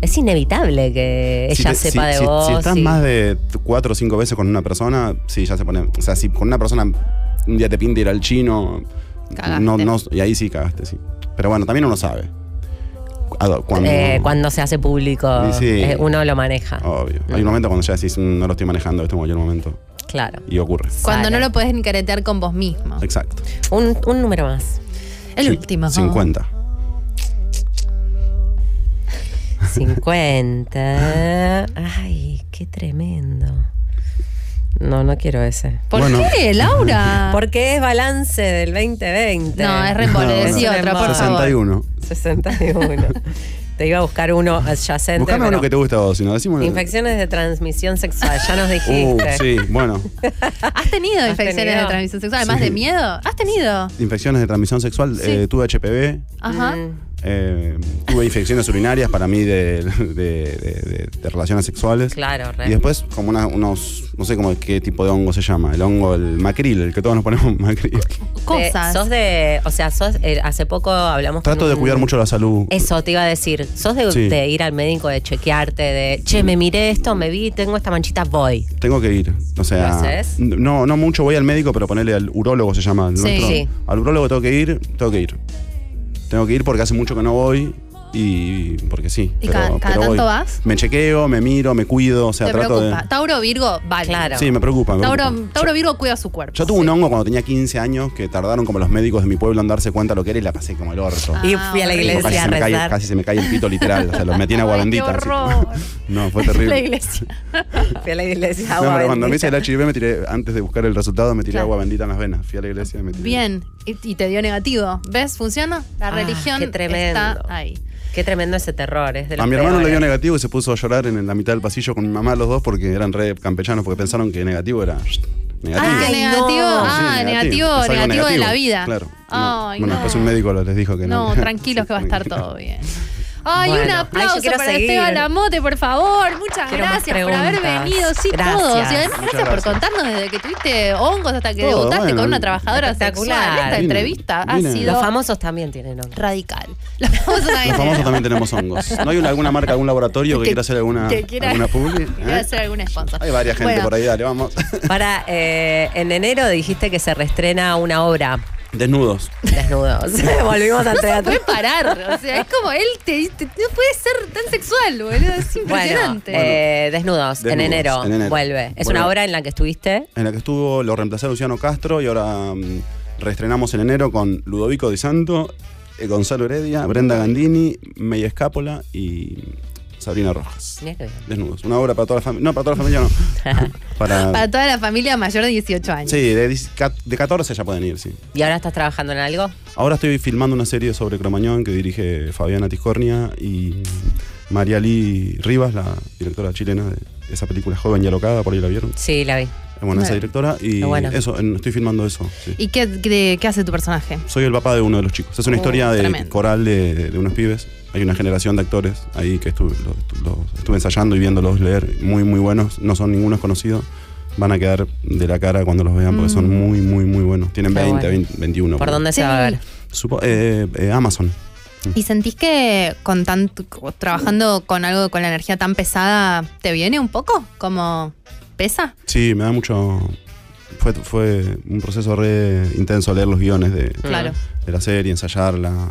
Es inevitable que
Si
ella
te-
sepa
si-
de
si-
vos.
Si estás
y-
más de t- cuatro o cinco veces con una persona, sí, ya se pone. O sea, si con una persona un día te pinta ir al chino,
Cagaste.
no, no, y ahí sí cagaste, sí. Pero bueno, también uno sabe. Ado- Cuando,
eh, cuando se hace público,
Y sí.
eh, uno lo maneja.
Obvio. Hay un momento cuando ya decís, "Mm, no lo estoy manejando, este es cualquier momento.
Claro.
Y ocurre.
Cuando
Sale.
no lo podés ni caretear con vos mismo.
Exacto.
Un, un número más.
El
Cin-
último.
50.
50. Ay, qué tremendo. No, no quiero ese.
¿Por
Bueno.
qué, Laura?
Porque es balance del 2020.
Ah. No, es rembole,
No,
decí
bueno.
otra, por favor.
61.
61. Te iba a buscar uno adyacente.
Buscame
pero-
uno que te guste a vos, si no decimos.
Infecciones de transmisión sexual, ya nos
Uh,
dijiste.
sí, bueno.
¿Has tenido
¿Has
infecciones de
tenido?
transmisión sexual? Además
Sí.
de miedo. ¿Has tenido?
Infecciones de transmisión sexual,
Sí.
eh, tuve HPV,
Ajá.
Mm.
eh, tuve infecciones urinarias para mí de, de- de- de- de relaciones sexuales.
Claro, re.
Y después, como una- unos, no sé cómo, qué tipo de hongo se llama, el hongo, el macril, el que todos nos ponemos macril.
Cosas.
De- sos de. O sea, sos. eh, hace poco hablamos. con
Trato de
un-
cuidar mucho la salud.
Eso te iba a decir. Sos de,
Sí.
de ir al médico, de chequearte, de. Che, me miré esto, me vi, tengo esta manchita, voy.
Tengo que ir. O sea,
¿Lo haces?
n- no, no mucho voy al médico, pero ponerle al urólogo se llama el
Sí.
nuestro.
Sí.
Al urólogo tengo que ir, tengo que ir. Tengo que ir porque hace mucho que no voy y porque sí.
¿Y cada- cada
voy.
tanto vas?
Me chequeo, me miro, me cuido, o sea,
Te
trato
preocupa.
de.
Tauro Virgo, vale.
Claro.
Sí, me preocupa. me
Tauro,
preocupa.
Tauro Virgo cuida su cuerpo.
Yo tuve un hongo cuando tenía 15 años que tardaron como los médicos de mi pueblo en darse cuenta lo que era y la pasé como el orto.
y
Ah,
fui a la
bueno.
Tipo,
iglesia
casi,
a
se me cae,
rezar.
casi se me cae el pito literal, o sea, los metí en agua
Ay, qué
bendita. así.
horror.
No, fue
La
terrible.
iglesia.
Fui a la iglesia.
No,
agua
pero cuando me hice
bendita.
el HIV, me tiré, antes de buscar el resultado, me tiré
Claro.
agua bendita en las venas. Fui a la iglesia y me tiré.
Bien. Y, y te dio negativo. ¿Ves? ¿Funciona? La
Ah,
religión
qué tremendo.
está ahí.
Qué tremendo ese terror. Es de
A
los
mi hermano le
peores.
dio negativo y se puso a llorar en la mitad del pasillo con mi mamá los dos porque eran re campechanos porque pensaron que negativo era shh, negativo.
Ah, que
Ay,
negativo.
no.
Ah,
Sí,
negativo,
Es algo
negativo, de la vida.
Claro. No.
Ay,
bueno,
no.
después un médico les dijo que no.
No, tranquilos que va a estar
Sí.
todo bien. Ay,
Bueno.
un
Ay, yo
aplauso
quiero
para
seguir.
Esteban Lamote, por favor. Muchas
Quiero más
gracias por haber
preguntas.
venido. Sí,
Gracias.
todos. Y además,
Muchas
gracias por
gracias.
contarnos desde que tuviste hongos hasta que
Todo,
debutaste
bueno,
con una
vine.
trabajadora
Espectacular.
sexual. Esta
Vine,
entrevista ha
vine.
sido
Los famosos también tienen hongo.
radical. Los famosos
Los famosos también tenemos hongos. ¿No hay una- alguna marca, algún laboratorio que,
Que-
quiera hacer alguna,
que quiera-
alguna publi?
que quiera
¿Eh?
hacer algún sponsor.
Hay varias gente
Bueno.
por ahí, dale, vamos.
Para, eh, en enero dijiste que se reestrena una obra.
Desnudos.
Desnudos. Volvimos al
No
teatro.
puede parar. O sea, es como él te, te- no puede ser tan sexual, boludo. Es
Bueno,
impresionante.
eh, desnudos, en
Desnudos,
enero,
en enero.
Vuelve. Es
Vuelve.
una obra en la que estuviste.
En la que estuvo, lo reemplazó Luciano Castro y ahora mm, reestrenamos en enero con Ludovico Di Santo, eh, Gonzalo Heredia, Brenda Gandini, Meya Escápola y Sabrina Rojas.
Mirá qué bien.
Desnudos. Una obra para toda la familia. No, para toda la familia no. para,
Para toda la familia mayor de 18 años.
Sí, de, 10 ca- de 14 ya pueden ir, sí.
¿Y ahora estás trabajando en algo?
Ahora estoy filmando una serie sobre Cromañón que dirige Fabiana Tiscornia y María Lee Rivas, la directora chilena de esa película joven y alocada, por ahí la vieron.
Sí, la vi.
Bueno, esa directora. Y
Qué bueno.
eso, en- estoy filmando eso. sí.
¿Y qué, qué- qué hace tu personaje?
Soy el papá de uno de los chicos. Es una
Oh,
historia de
tremendo.
coral de, de unos pibes. Hay una generación de actores ahí que estuve, lo- estu- lo- estuve ensayando y viéndolos leer. Muy, muy buenos. No son ningunos conocidos. Van a quedar de la cara cuando los vean porque son muy, muy, muy buenos. Tienen
Mm. Qué
20,
bueno.
20, 21.
¿Por
creo.
dónde se va a ver?
Supo- eh, eh, Amazon.
¿Y sentís que con tanto, trabajando con algo con la energía tan pesada, te viene un poco? ¿Como pesa?
Sí, me da mucho. Fue, fue un proceso re intenso leer los guiones de,
Mm.
Claro.
de la serie, ensayarla.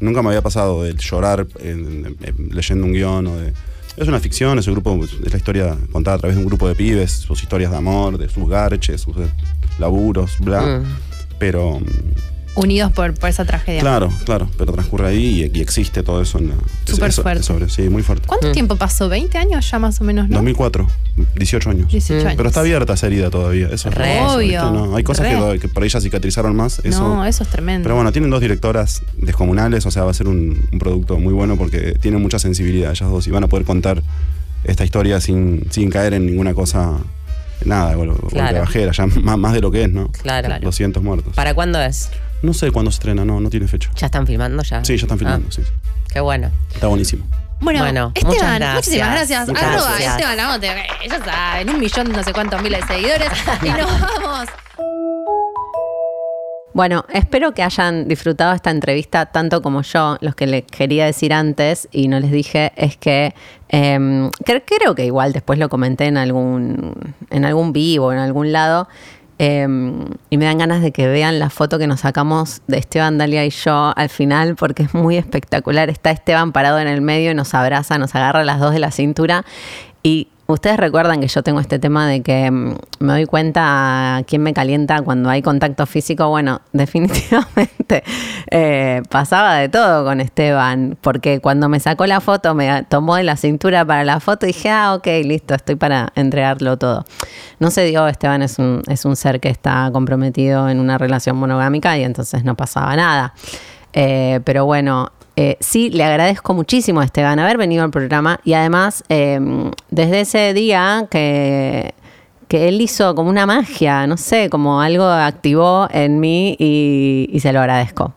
Nunca me había pasado de llorar en- en- en- leyendo un guión o de. Es una ficción, es un grupo, es la historia contada a través de un grupo de pibes, sus historias de amor, de sus garches, sus eh, laburos, bla.
Mm.
Pero, mm,
Unidos por, por esa tragedia.
claro, claro, pero transcurre ahí y, y existe todo eso en la. es-
Súper
eso-
fuerte.
sobre- sí, muy fuerte.
¿Cuánto tiempo pasó? ¿20 años ya más o menos, no?
2004, 18 años.
18 años.
Mm, Pero está abierta esa herida todavía. Eso es
Re.
hermoso, ¿viste?
Obvio,
No, hay cosas
re.
que, do- que por ella cicatrizaron más. Eso.
No, eso es tremendo.
Pero bueno, tienen dos directoras descomunales, o sea, va a ser un, un producto muy bueno porque tienen mucha sensibilidad ellas dos y van a poder contar esta historia sin, sin caer en ninguna cosa, nada, gol-
Claro.
golpebajera, ya más, más de lo que es, ¿no?
Claro.
200 muertos.
¿Para cuándo es?
No sé cuándo se estrena, no, no tiene fecha.
¿Ya están filmando ya?
Sí, ya están filmando, sí, sí.
Ah, qué bueno.
Está buenísimo.
Bueno,
Bueno,
Esteban,
muchas gracias.
muchísimas gracias.
Muchas
Arroba
gracias.
Esteban Amote, eh, ya saben, un millón no sé cuántos miles de seguidores. y nos vamos.
Bueno, espero que hayan disfrutado esta entrevista tanto como yo. Lo que les quería decir antes y no les dije es que, em, cre- creo que igual después lo comenté en algún, en algún vivo, en algún lado. em, y me dan ganas de que vean la foto que nos sacamos de Esteban, Dalia y yo al final, porque es muy espectacular. Está Esteban parado en el medio y nos abraza, nos agarra las dos de la cintura. Y Ustedes recuerdan que yo tengo este tema de que mm, me doy cuenta quién me calienta cuando hay contacto físico. Bueno, definitivamente eh, pasaba de todo con Esteban, porque cuando me sacó la foto, me tomó de la cintura para la foto y dije, ah, ok, listo, estoy para entregarlo todo. No se dio, Esteban es un, es un ser que está comprometido en una relación monogámica y entonces no pasaba nada. Eh, pero bueno, eh, sí, le agradezco muchísimo a Esteban haber venido al programa y además eh, desde ese día que, que él hizo como una magia, no sé, como algo activó en mí y, y se lo agradezco.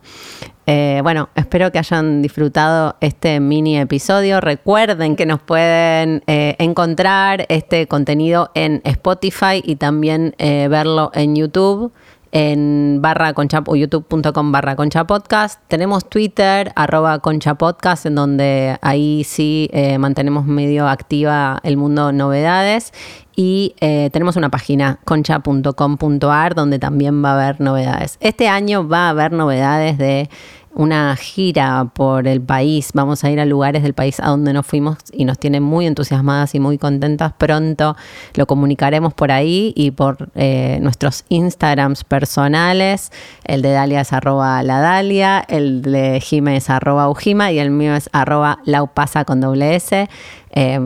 Eh, bueno, espero que hayan disfrutado este mini episodio. Recuerden que nos pueden eh, encontrar este contenido en Spotify y también eh, verlo en YouTube en barra concha o youtube.com barra concha podcast. Tenemos Twitter, arroba concha podcast, en donde ahí sí eh, mantenemos medio activa el mundo novedades. Y eh, tenemos una página concha.com.ar donde también va a haber novedades. Este año va a haber novedades de una gira por el país. Vamos a ir a lugares del país a donde no fuimos y nos tienen muy entusiasmadas y muy contentas. Pronto lo comunicaremos por ahí y por eh, nuestros Instagrams personales. El de Dalia es arroba la Dalia, el de Jime es arroba Ujima y el mío es arroba laupasa con doble S. Eh,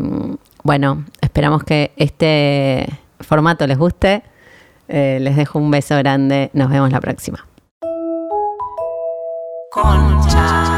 bueno, esperamos que este formato les guste. Eh, les dejo un beso grande. Nos vemos la próxima.
Concha.